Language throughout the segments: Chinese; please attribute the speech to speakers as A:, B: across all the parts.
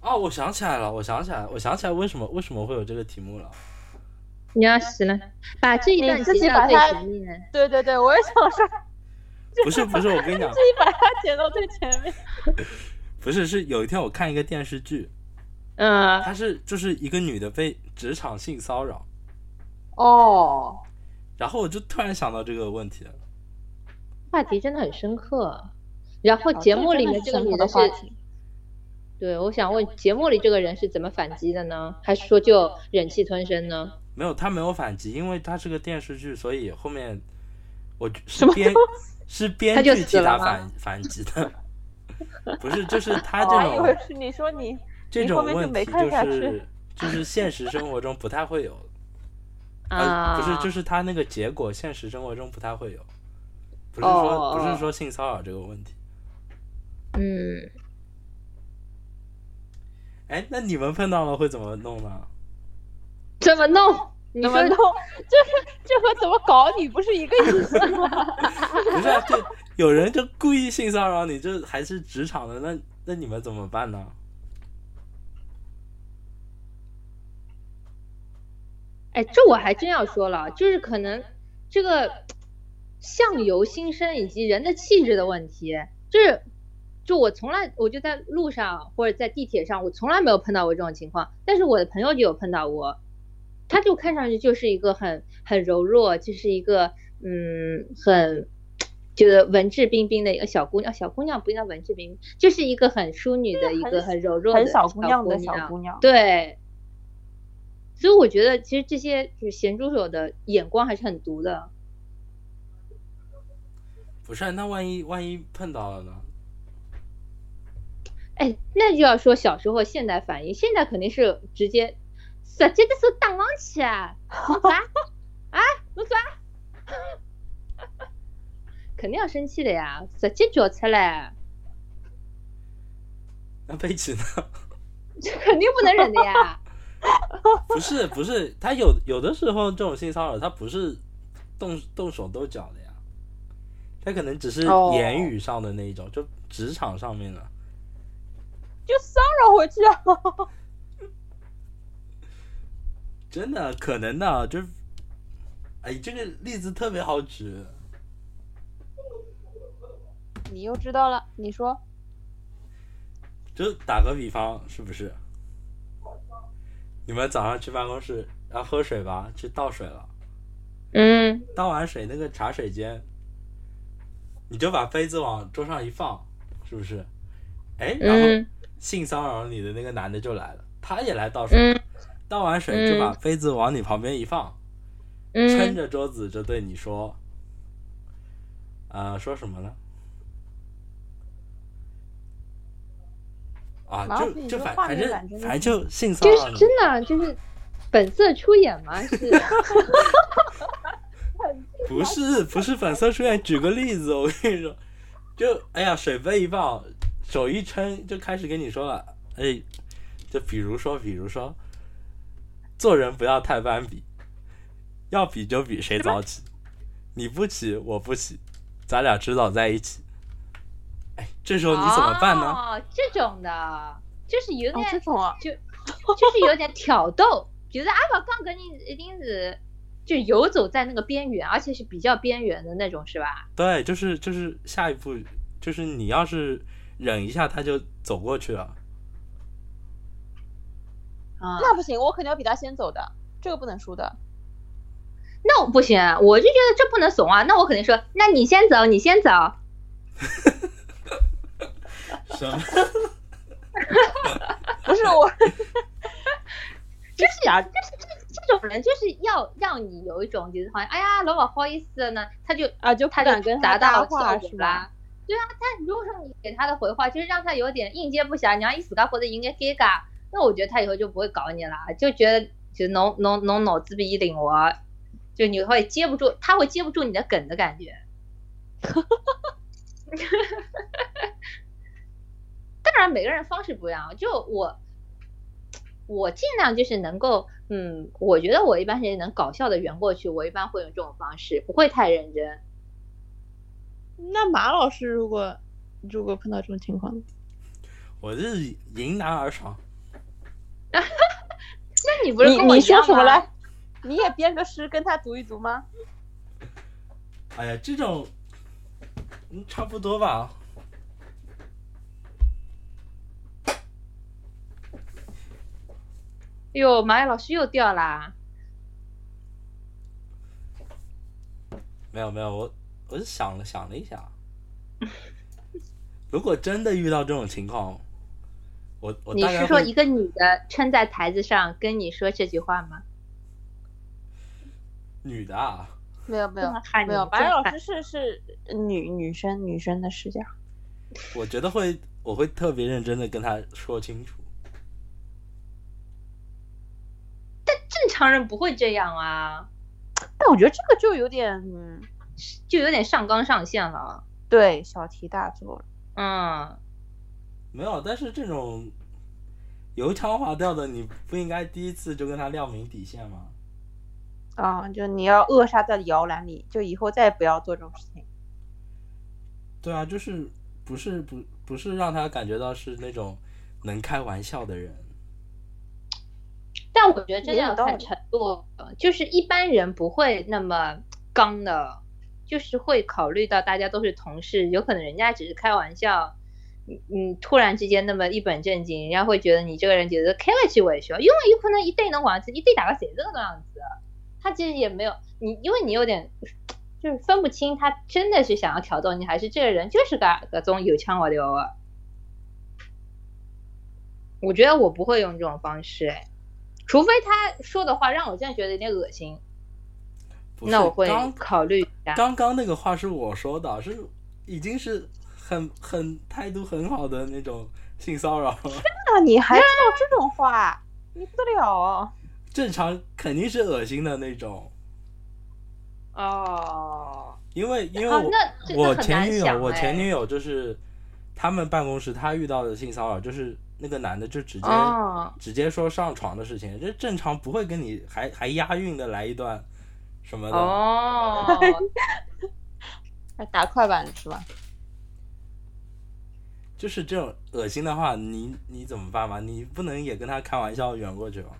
A: 哦，我想起来了，我想起来了，我想起来为什么为什么会有这个题目 了。
B: 你要死了，把这一段
C: 你自己
B: 截到
C: 把
B: 最
C: 它
B: 前面。
C: 对对对，我也想说，
A: 不是不是，我跟你
C: 自
A: 讲，
C: 己把它剪到最前面。
A: 不是是有一天我看一个电视剧，
C: 嗯，
A: 它是就是一个女的被职场性骚扰，
C: 哦，
A: 然后我就突然想到这个问题了。
B: 话题真的很深刻。然后
C: 哦
B: 节
C: 这
B: 目
C: 真
B: 里
C: 的
B: 面
C: 是
B: 这个
C: 深刻
B: 女
C: 的
B: 的
C: 话
B: 是
C: 题，
B: 对，我想问节目里这个人是怎么反击的呢？还是说就忍气吞声呢？
A: 没有，他没有反击，因为他是个电视剧，所以后面我是
C: 什么
A: 编
C: 东
A: 是编
B: 他就
A: 剧
B: 死
A: 替他
B: 了吗
A: 反反击的，不是，就是他
C: 哦我还以
A: 这
C: 为
A: 种
C: 是你说你
A: 这
C: 你
A: 种
C: 后面就
A: 问
C: 没
A: 题
C: 看下
A: 就
C: 去
A: 是就是现实生活中不太会有，
B: 啊，
A: 呃，不是，就是他那个结果现实生活中不太会有，不是
C: 哦
A: 说
C: 哦
A: 不
C: 哦
A: 是说性骚扰这个问题。
B: 嗯，
A: 哎，那你们碰到了会怎么弄呢？
B: 怎么弄？你
C: 怎么
B: 说
C: 弄，这这和怎么搞你不是一个意 思吗？
A: 不是、啊，就有人就故意性骚扰你，就还是职场的，那那你们怎么办呢？
B: 哎，这我还真要说了，啊就是可能这个相由心生以及人的气质的问题，就是就我从来我就在路上或者在地铁上，我从来没有碰到过这种情况，但是我的朋友就有碰到过，他就看上去就是一个很很柔弱，就是一个嗯很。就是文质彬彬的一个小姑娘，小姑娘不叫文质彬彬，就是一个很淑女的一
C: 很
B: 个很柔弱的
C: 很小
B: 姑
C: 姑娘的
B: 娘
C: 小姑 娘，
B: 对，所以我觉得其实这些就是咸猪手的眼光还是很毒的。
A: 不是啊、那万一万一碰到了呢？
B: 哎，那就要说小时候现代反应，现在肯定是直接直接的手打上去啊，侬抓啊，侬抓， 肯定要生气的呀，直接叫出来，
A: 那被挤呢？
B: 这肯定不能忍的呀。
A: 不是不是，他有有的时候这种性骚扰，他不是动动手动脚的呀，他可能只是
C: 哦
A: 言语上的那一种，就职场上面的。
C: 就骚扰回去啊！
A: 真的可能的，就是，哎，这个例子特别好举。
C: 你又知道了，你说
A: 就打个比方，是不是？你们早上去办公室，然后喝水吧，去倒水了，
B: 嗯，
A: 倒完水那个茶水间，你就把杯子往桌上一放，是不是？哎，然后
B: 嗯
A: 性骚扰你的那个男的就来了，他也来倒水，
B: 嗯
A: 倒完水就把杯子往你旁边一放，撑
B: 嗯，
A: 着桌子就对你说，啊、说什么呢？啊，
C: 麻烦
A: 就
C: 你
A: 就
C: 这
A: 反
C: 画
A: 反
C: 面
A: 正
C: 感真的
A: 反正就性骚
B: 就
A: 扰
B: 是
A: 你，
B: 真的啊就是本色出演嘛， 是
A: 不是不是反色出演。举个例子，我跟你说，就哎呀，水杯一放，手一撑，就开始跟你说了，哎，就比如说，比如说，做人不要太攀比，要比就比谁早起，你不起我不起，咱俩迟早在一起。哎，这时候你怎么办呢？
B: 哦，这种的，就是有
C: 哦
B: 点、
C: 这种啊，
B: 就就是有点挑逗，就是阿宝刚跟你一定是就游走在那个边缘，而且是比较边缘的那种，是吧？
A: 对，就是就是下一步，就是你要是忍一下，他就走过去了。
B: 啊，
C: 那不行，我肯定要比他先走的，这个不能输的。
B: 那我不行啊，我就觉得这不能怂啊，那我肯定说，那你先走，你先走，
A: 什么？
C: 不是 我，
B: 就是啊，就是这这种人就是要让你有一种就是好像哎呀老板好意思呢，他就
C: 啊，就不
B: 他
C: 敢
B: 就
C: 跟
B: 达
C: 他
B: 到
C: 搭
B: 效
C: 话
B: 果
C: 是吧？
B: 啦。对啊，但如果说你给他的回话就是让他有点应接不暇，你让伊自噶觉得应该尴尬，那我觉得他以后就不会搞你啦，就觉得就侬侬侬脑子比一灵活，就你会接不住，他会接不住你的梗的感觉。 当然，每个人方式不一样，就我。我尽量就是能够，嗯，我觉得我一般是能搞笑的圆过去，我一般会用这种方式，不会太认真。
C: 那马老师如果如果碰到这种情况，
A: 我是迎难而上，
B: 那你不是
C: 你
B: 跟我
C: 你
B: 一
C: 说
B: 样
C: 什
B: 吗？
C: 么
B: 哎
C: 来？你也编个诗跟他读一读吗？
A: 哎呀，这种，嗯，差不多吧。
B: 哟，马伟老师又掉啦！
A: 没有没有，我我是想了想了一 下，如果真的遇到这种情况，我我
B: 你
A: 大概
B: 是说
A: 会
B: 一个女的撑在台子上跟你说这句话吗？
A: 女的啊，
C: 没有没
B: 这么看
C: 没有，
B: 你
C: 白
B: 这
C: 老
B: 看
C: 师是是女女生女生的视角。
A: 我觉得会我会特别认真的跟她说清楚。
B: 正常人不会这样啊，
C: 但我觉得这个就有点嗯
B: 就有点上纲上线了。
C: 对小题大做了。
B: 嗯，
A: 没有，但是这种油腔滑调的，你不应该第一次就跟她亮明底线吗？
C: 啊，就你要扼杀在摇篮里，就以后再也不要做这种事情。
A: 对啊，就是不是不不是让她感觉到是那种能开玩笑的人。
B: 但我觉得这
C: 也有
B: 要
C: 道
B: 看
C: 理
B: 程度，就是一般人不会那么刚的，就是会考虑到大家都是同事，有可能人家只是开玩笑。你你突然之间那么一本正经，人家会觉得你这个人觉得开玩笑为笑，因为有可能一对能玩子，一对打个谁这个样子，啊他其实也没有你，因为你有点就是分不清他真的是想要挑逗你，还是这个人就是个个种有腔有调的。我觉得我不会用这种方式，哎，除非他说的话让我真的觉得有点恶心，
A: 不是
B: 那我会
A: 刚
B: 考虑一下。
A: 刚刚那个话是我说的，是已经是很很态度很好的那种性骚扰 了，
C: 那你还知道这种话，你不得了哦！
A: 正常肯定是恶心的那种。
B: 哦，
A: 因为因为
B: 啊
A: 我、
B: 那这
A: 我
B: 这很
A: 前
B: 难
A: 女友，
B: 想
A: 我
B: 哎
A: 前女友就是他们办公室她遇到的性骚扰，就是那个男的就直接、
B: 哦，
A: 直接说上床的事情，这正常不会跟你还还押韵的来一段什么的。
B: 哦，
C: 还哎打快板是吧？
A: 就是这种恶心的话，你你怎么办吧？你不能也跟他开玩笑圆过去吧？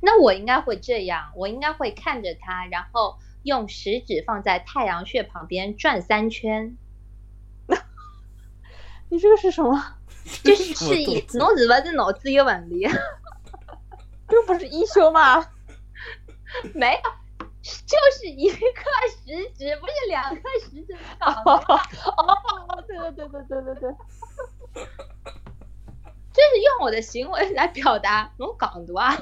B: 那我应该会这样，我应该会看着他，然后用食指放在太阳穴旁边转 三圈，
C: 你这个是什么？
A: 这
B: 就是
A: 什么
B: 示意
A: 动作
B: 侬是不是脑子有问题？
C: 这不是一休吗？
B: 没有，就是一个食指，不是两个食指放的。
C: 哦，对对对对对对对，
B: 就是用我的行为来表达 侬港独啊。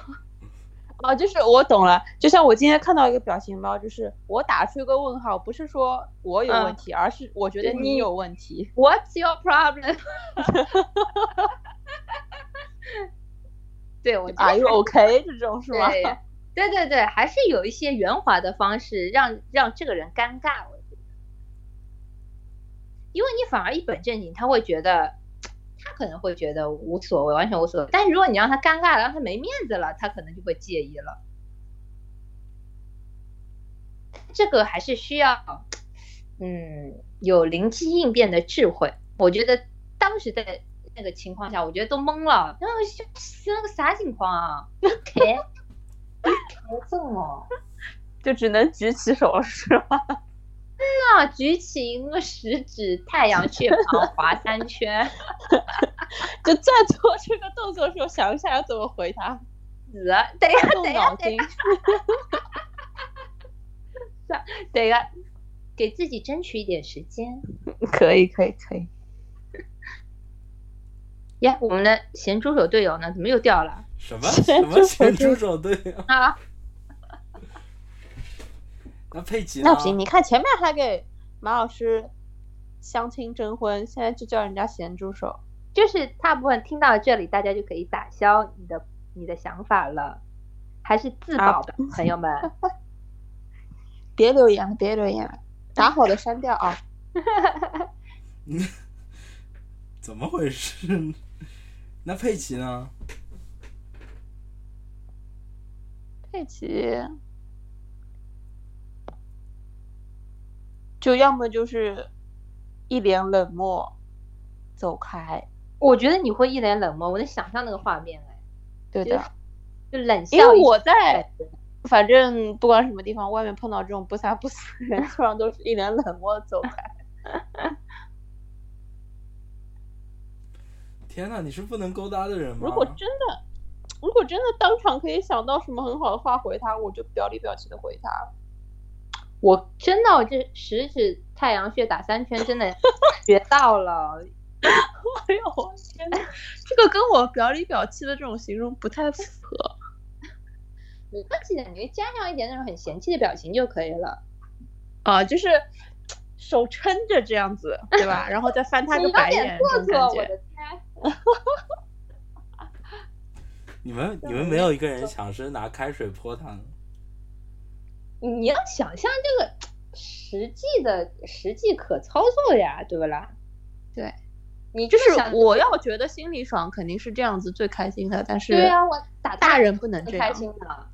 C: 哦，就是我懂了。就像我今天看到一个表情包，就是我打出一个问号，不是说我有问题，而是我觉得嗯你
B: 你
C: 有问题。
B: What's your problem？对，我觉得
C: Are you OK？这种是吗？
B: 对 对对对，还是有一些圆滑的方式让让这个人尴尬，我觉得，因为你反而一本正经，他会觉得。他可能会觉得无所谓，完全无所谓。但是如果你让他尴尬了，让他没面子了，他可能就会介意了。这个还是需要，嗯，有灵机应变的智慧。我觉得当时在那个情况下，我觉得都懵了，那个那个啥情况啊？开头重哦，
C: 就只能举起手了是吗？
B: 那举起一个食指，太阳穴旁划三圈，
C: 就在做这个动作的时候，想一下要怎么回他，
B: 子，等一下，等
C: 动
B: 一下
C: 脑，筋。
B: 等一下，给自己争取一点时间。
C: 可以可以可以，
B: 耶，我们的咸猪手队友呢？怎么又掉了
A: 什 么什么咸猪手队啊？
B: 啊？
A: 那佩奇呢
C: 那不？行，你看前面还给马老师相亲征婚，现在就叫人家咸猪手。
B: 就是大部分听到这里，大家就可以打消你的你的想法了，还是自保吧，朋友们。
C: 别留言了，别留言了，打好的删掉啊！
A: 怎么回事？ 那佩奇呢？
C: 佩奇，就要么就是一脸冷漠走开，
B: 我觉得你会一脸冷漠，我能想象那个画面哎。
C: 对
B: 觉得
C: 的，
B: 就冷笑一
C: 因
B: 下。
C: 为我在，反正不管什么地方，外面碰到这种不三不四的人， 通常都是一脸冷漠地走开。
A: 天哪，你是不能勾搭的人吗？
C: 如果真的，如果真的当场可以想到什么很好的话回他，我就表里表气的回他。 我
B: 真的，我这十指太阳穴打三圈，真的学到了。
C: 哎呦，我天哪，这个跟我表里表气的这种形容不太符合。
B: 没关系的，你就加上一点那种很嫌弃的表情就可以了。
C: 啊，就是手撑着这样子，对吧？然后再翻他
B: 你
C: 个
B: 有
C: 白
B: 点
C: 眼，
B: 做
C: 这种
B: 作，
C: 感
B: 我
C: 觉。
B: 的天！
A: 你们你们没有一个人想是拿开水泼他呢？
B: 你要想象这个实际的、实际可操作呀，对不啦？
C: 对，
B: 你就
C: 就是是
B: 想
C: 我要觉得心里爽，肯定是这样子最开心的。但是
B: 对呀、我打
C: 大人不
B: 不
C: 能这
B: 开
C: 样。
B: 心的。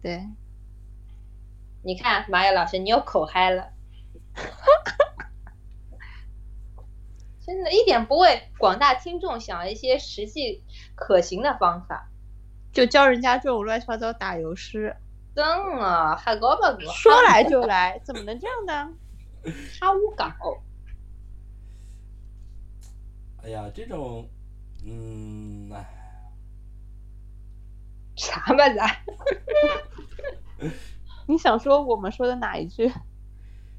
C: 对，
B: 你看马野老师，你又口嗨了， 真的，一点不为广大听众想一些实际可行的方法。
C: 就教人家这种乱七八糟打油诗，
B: 真啊，还搞不搞？
C: 说来就来，怎么能这样呢？
B: 哈乌搞，
A: 哎呀，这种，嗯，哎，
B: 啥吧咱？
C: 你想说我们说的哪一句？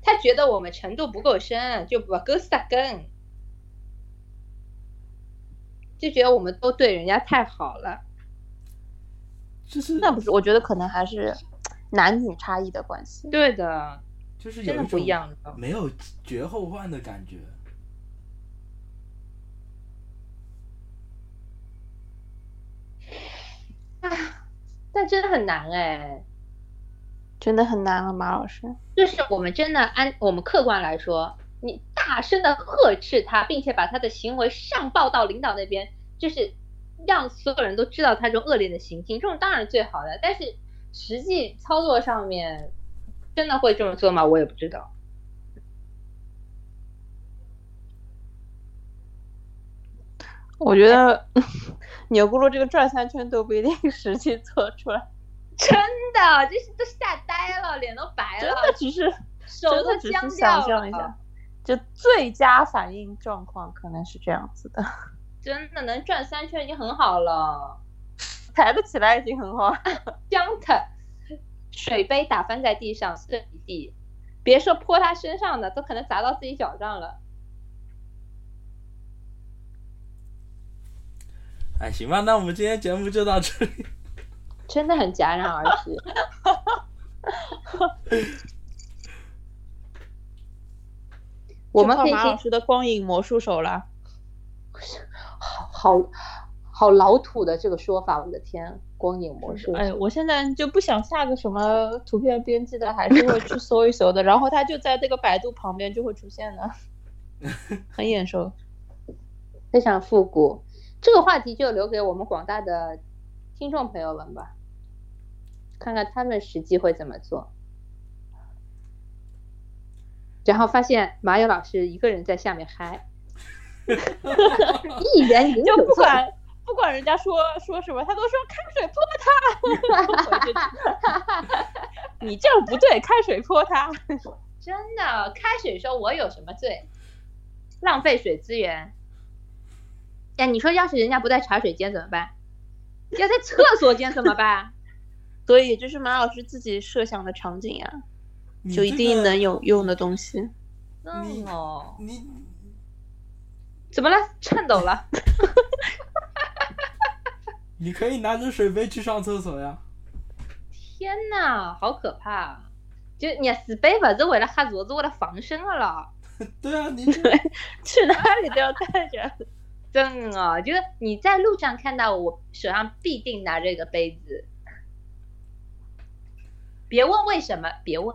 B: 他觉得我们程度不够深，就不够撒根，就觉得我们都对人家太好了。
A: 这是
C: 那不是，我觉得可能还是男女差异的关系。
B: 对的，
A: 就是有
B: 真的
A: 一
B: 不
A: 种
B: 一样的。
A: 没有绝后患的感觉。
B: 但真的很难哎、
C: 真的很难了，啊马老师。
B: 就是我们真的按我们客观来说，你大声的呵斥他，并且把他的行为上报到领导那边，就是让所有人都知道他这种恶劣的行径，这种当然是最好的。但是实际操作上面，真的会这么做吗？我也不知道。
C: 我觉得 钮咕噜这个转三圈都不一定实际做出来，
B: 真的，就是都吓呆了，脸都白
C: 真
B: 了，
C: 的只 是
B: 手
C: 真
B: 都
C: 的只
B: 僵
C: 是想
B: 掉
C: 象一
B: 了
C: 下。，就最佳反应状况可能是这样子的，
B: 真的能转三圈已经很好了，
C: 抬得起来已经很好。
B: 将他水杯打翻在地上，碎一地。别说泼他身上的，都可能砸到自己脚上了。
A: 哎，行吧，那我们今天节目就到这里。
B: 真的很戛然而 止。我们可以
C: 马老
B: 先
C: 师的光影魔术手了，
B: 好好老土的这个说法，我的天，光影魔术，
C: 哎，我现在就不想下个什么图片编辑的，还是会去搜一搜的。然后它就在这个百度旁边就会出现 的，很眼熟。
B: 非常复古。这个话题就留给我们广大的听众朋友们吧，看看他们实际会怎么做。然后发现马友老师一个人在下面 嗨，一 言饮
C: 就
B: 酒
C: 不
B: 作
C: 管不管人家说说什么，他都说开水泼他，我就觉 得你这样不对，开水泼他。
B: 真的，开水说我有什么罪？浪费水资源。哎，你说要是人家不在茶水间怎么办？要在厕所间怎么办？
C: 所以这是马老师自己设想的场景啊，
A: 你
C: 就一
A: 这
C: 定
A: 个
C: 能有用的东西。
A: 嗯
B: 哦，
A: 你
B: 怎么了？颤抖了？
A: 你可以拿着水杯去上厕所呀。
B: 天哪，好可怕、啊！就你死背不是为了哈桌子，为了防身啊的了。
A: 对啊，你 这
C: 去哪里都要带着。
B: 真啊，就是你在路上看到我，我手上必定拿着一个杯子。别问为什么，别问。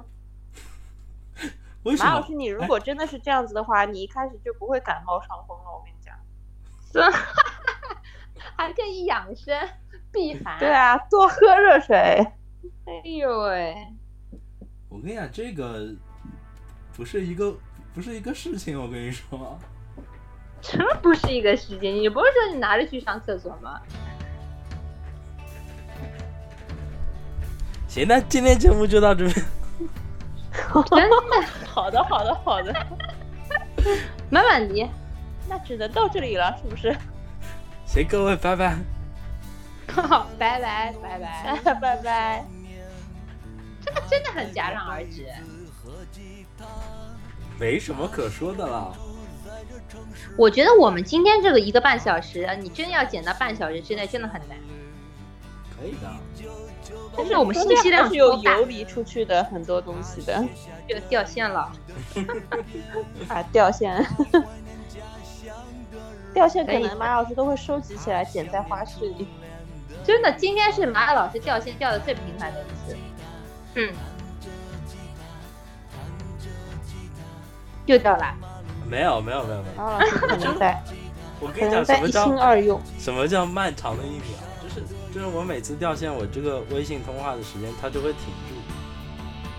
A: 为什
C: 马老
A: 么
C: 师，？你如果真的是这样子的话，你一开始就不会感冒伤风了。我跟你讲。
B: 还可以养生避寒。
C: 对啊，多喝热水。
B: 哎呦喂，
A: 我跟你讲，这个不是一个不是一个事情，我跟你说。
B: 什么不是一个时间？你不是说你拿着去上厕所吗？
A: 行，那今天节目就到这边。
B: 真的，
C: 好的，好的，好的，
B: 满满的，
C: 那只能到这里了，是不是？
A: 行，各位，拜拜。
B: 好，拜拜，拜拜，
C: 拜拜。
B: 这个真的很戛然而止。
A: 没什么可说的了，
B: 我觉得我们今天这个一个半小时，呃你真要剪到半小时之内，真的很难。
A: 可以的。
B: 但是我们信息量
C: 还是有
B: 多大
C: 游离出去的很多东西的，
B: 这个掉线了，
C: 啊，掉线， 掉线可能马老师都会收集起来剪在花絮里。
B: 真的，今天是马老师掉线掉的最频繁的一次。嗯，又掉了。
A: 没有，没有，没有，没有。
C: 马老师可能 在，
A: 我
C: 可
A: 跟你讲，
C: 能在
A: 什
C: 一
A: 么
C: 心
A: 叫
C: 二用。
A: 什么叫漫长的一秒？就是就是我每次掉线，我这个微信通话的时间它就会停住，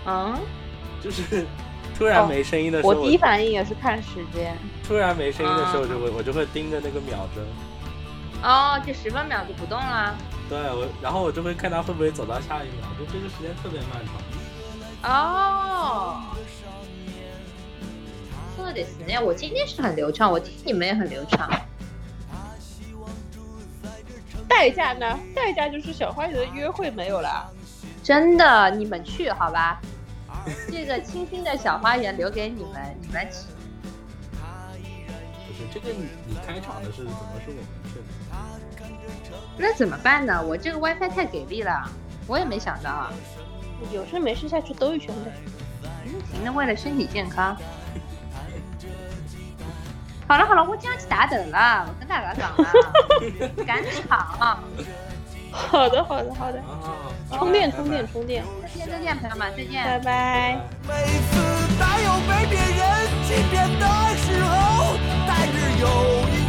B: 嗯，
A: 就是突然
C: 哦
A: 没声音的时候，
C: 我第一反应啊也是看时间，
A: 突然没声音的时候，我就会我就会盯着那个秒针，
B: 哦，这十分秒就不动了。
A: 对我，然后我就会看它会不会走到下一秒，就这个时间特别漫长。
B: 哦，そうですね。我今天是很流畅，我听你们也很流畅。
C: 代价呢？代价就是小花园的约会没有了。
B: 真的，你们去好吧，这个清新的小花园留给你们，你们去。
A: 不是这个你你开场的是怎么是我们去的？
B: 那怎么办呢？我这个 WiFi 太给力了，我也没想到啊。
C: 有事没事下去兜一圈呗。
B: 嗯，行，那为了身体健康。好了好了，我这样去打等了，我跟大家讲了， 赶紧跑。啊
C: 好的，好的，好的。
A: 啊，
C: 充电，充电，充电。
B: 再见再见，朋友们，再见。
C: 拜拜。
D: 每次当有被别人欺骗的时候，但是有一